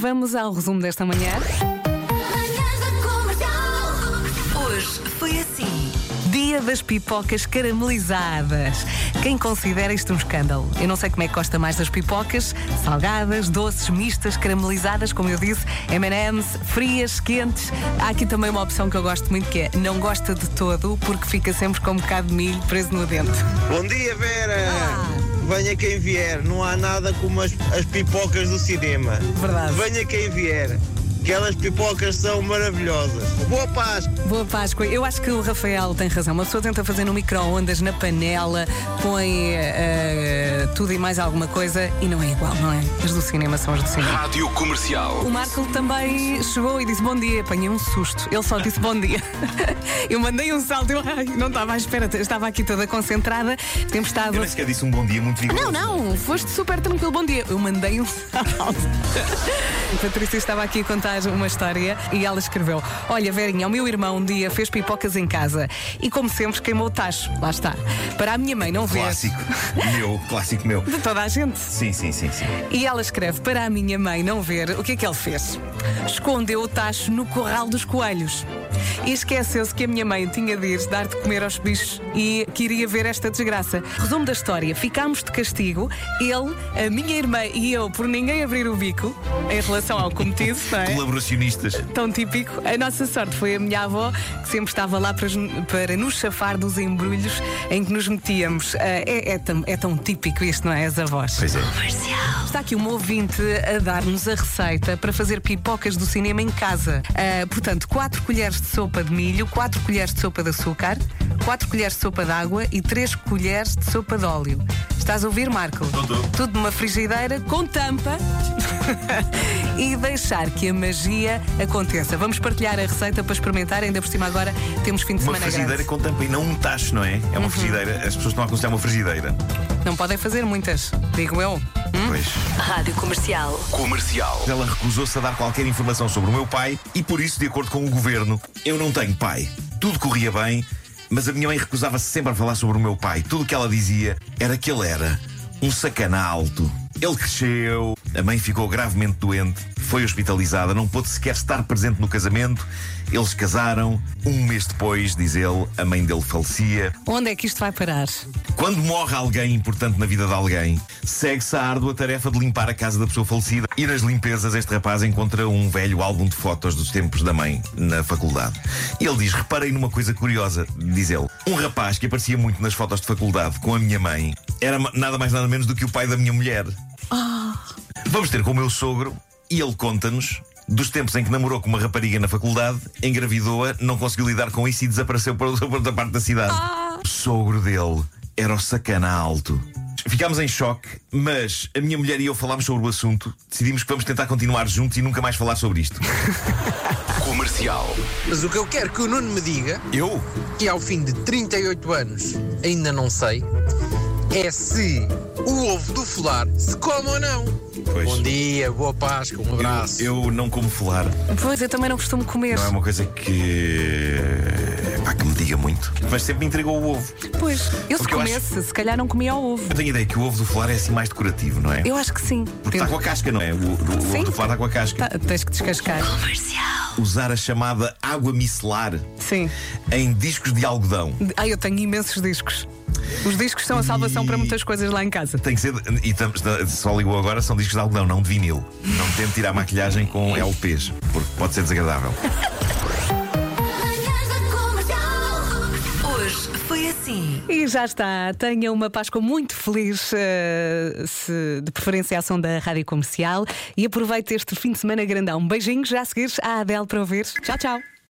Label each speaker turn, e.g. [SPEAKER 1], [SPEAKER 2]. [SPEAKER 1] Vamos ao resumo desta manhã.
[SPEAKER 2] Manhãs da Comercial.
[SPEAKER 3] Hoje foi assim. Dia das pipocas caramelizadas. Quem considera isto um escândalo? Eu não sei como é que gosta mais das pipocas, salgadas, doces, mistas, caramelizadas, como eu disse, M&M's, frias, quentes. Há aqui também uma opção que eu gosto muito que é não gosta de todo porque fica sempre com um bocado de milho preso no dente.
[SPEAKER 4] Bom dia, Vera!
[SPEAKER 3] Olá.
[SPEAKER 4] Venha quem vier, não há nada como as, as pipocas do cinema.
[SPEAKER 3] Verdade.
[SPEAKER 4] Venha quem vier, aquelas pipocas são maravilhosas. Boa paz!
[SPEAKER 3] Boa Páscoa. Eu acho que o Rafael tem razão. Uma pessoa tenta fazer no micro-ondas, na panela, põe eh, tudo e mais alguma coisa e não é igual, não é? As do cinema são as do cinema.
[SPEAKER 5] Rádio Comercial.
[SPEAKER 3] O Marco também chegou e disse bom dia. Apanhei um susto. Ele só disse bom dia. Eu mandei um salto. Eu ai, não estava à espera. Estava aqui toda concentrada. Temos estado.
[SPEAKER 6] Eu nem sequer disse um bom dia muito vigoroso.
[SPEAKER 3] Não, não. Foste super tranquilo. Bom dia. Eu mandei um salto. A Patrícia estava aqui a contar uma história e ela escreveu: Olha, Verinha, o meu irmão um dia fez pipocas em casa e, como sempre, queimou o tacho. Lá está. Para a minha mãe não ver.
[SPEAKER 6] Clássico meu, clássico meu.
[SPEAKER 3] De toda a gente.
[SPEAKER 6] Sim, sim, sim, sim.
[SPEAKER 3] E ela escreve para a minha mãe não ver o que é que ele fez. Escondeu o tacho no corral dos coelhos. E esqueceu-se que a minha mãe tinha de ir dar de comer aos bichos e queria ver esta desgraça. Resumo da história: ficámos de castigo, ele, a minha irmã e eu, por ninguém abrir o bico em relação ao cometido, não é?
[SPEAKER 6] Colaboracionistas.
[SPEAKER 3] tão típico. A nossa sorte foi a minha avó, que sempre estava lá para, para nos chafar dos embrulhos em que nos metíamos. Ah, é, é tão, é tão típico isto, não é? As avós.
[SPEAKER 6] Pois é.
[SPEAKER 3] Está aqui uma ouvinte a dar-nos a receita para fazer pipocas do cinema em casa. Ah, portanto, 4 colheres de sopa de milho, 4 colheres de sopa de açúcar, 4 colheres de sopa de água e 3 colheres de sopa de óleo. Estás a ouvir, Marco?
[SPEAKER 6] estou.
[SPEAKER 3] Tudo numa frigideira com tampa e deixar que a magia aconteça. Vamos partilhar a receita para experimentar, ainda por cima agora temos fim de
[SPEAKER 6] Uma
[SPEAKER 3] semana grande.
[SPEAKER 6] frigideira
[SPEAKER 3] Uhum.
[SPEAKER 6] com tampa e não um tacho, não é? É uma frigideira. As pessoas estão a aconselhar uma frigideira.
[SPEAKER 3] Não podem fazer muitas, digo eu.
[SPEAKER 6] Pois.
[SPEAKER 3] Rádio Comercial.
[SPEAKER 5] Comercial.
[SPEAKER 6] Ela recusou-se a dar qualquer informação sobre o meu pai e, por isso, de acordo com o governo, eu não tenho pai. Tudo corria bem, mas a minha mãe recusava-se sempre a falar sobre o meu pai. Tudo o que ela dizia era que ele era um sacana alto. Ele cresceu, a mãe ficou gravemente doente, foi hospitalizada, não pôde sequer estar presente no casamento. Eles casaram. Um mês depois, diz ele, a mãe dele falecia.
[SPEAKER 3] Onde é que isto vai parar?
[SPEAKER 6] Quando morre alguém importante na vida de alguém, segue-se a árdua tarefa de limpar a casa da pessoa falecida. E nas limpezas, este rapaz encontra um velho álbum de fotos dos tempos da mãe na faculdade. E ele diz: Reparei numa coisa curiosa, diz ele. Um rapaz que aparecia muito nas fotos de faculdade com a minha mãe era ma- nada mais nada menos do que o pai da minha mulher. Vamos ter com o meu sogro e ele conta-nos dos tempos em que namorou com uma rapariga na faculdade, engravidou-a, não conseguiu lidar com isso e desapareceu para outra para outra parte da cidade. O sogro dele era o sacana alto. Ficámos em choque, mas a minha mulher e eu falámos sobre o assunto, decidimos que vamos tentar continuar juntos e nunca mais falar sobre isto.
[SPEAKER 5] Comercial.
[SPEAKER 7] Mas o que eu quero que o Nuno me diga,
[SPEAKER 6] Eu?
[SPEAKER 7] que ao fim de 38 anos ainda não sei, é se o ovo do folar se come ou não.
[SPEAKER 6] Pois.
[SPEAKER 7] Bom dia, boa Páscoa, um abraço.
[SPEAKER 6] Eu, eu não como falar.
[SPEAKER 3] Pois, eu também não costumo comer.
[SPEAKER 6] Não é uma coisa que. pá, que me diga muito. Mas sempre me entregou o ovo.
[SPEAKER 3] Pois, eu se
[SPEAKER 6] Porque eu acho-
[SPEAKER 3] comesse, se calhar não comia o ovo.
[SPEAKER 6] Eu tenho a ideia que o ovo do falar é assim mais decorativo, não é?
[SPEAKER 3] Eu acho que sim.
[SPEAKER 6] Porque está com a casca, não é? O, o- o
[SPEAKER 3] Sim.
[SPEAKER 6] ovo do falar está com a casca.
[SPEAKER 3] Tá, tens que descascar.
[SPEAKER 6] Usar a chamada água micelar
[SPEAKER 3] Sim.
[SPEAKER 6] em discos de algodão.
[SPEAKER 3] Ai, eu tenho imensos discos. Os discos são a salvação
[SPEAKER 6] E-
[SPEAKER 3] para muitas coisas lá em casa.
[SPEAKER 6] Tem que ser. de- E tam- só ligou agora, são discos de algodão, não de vinil. Não tente tirar maquilhagem com LPs, porque pode ser desagradável.
[SPEAKER 2] Manhãs da Comercial.
[SPEAKER 3] Hoje foi assim. E já está. Tenha uma Páscoa muito feliz, eh, se- de preferência à ação da Rádio Comercial. E aproveite este fim de semana grandão. Um beijinho, já a seguires à Adele para ouvir. Tchau, tchau.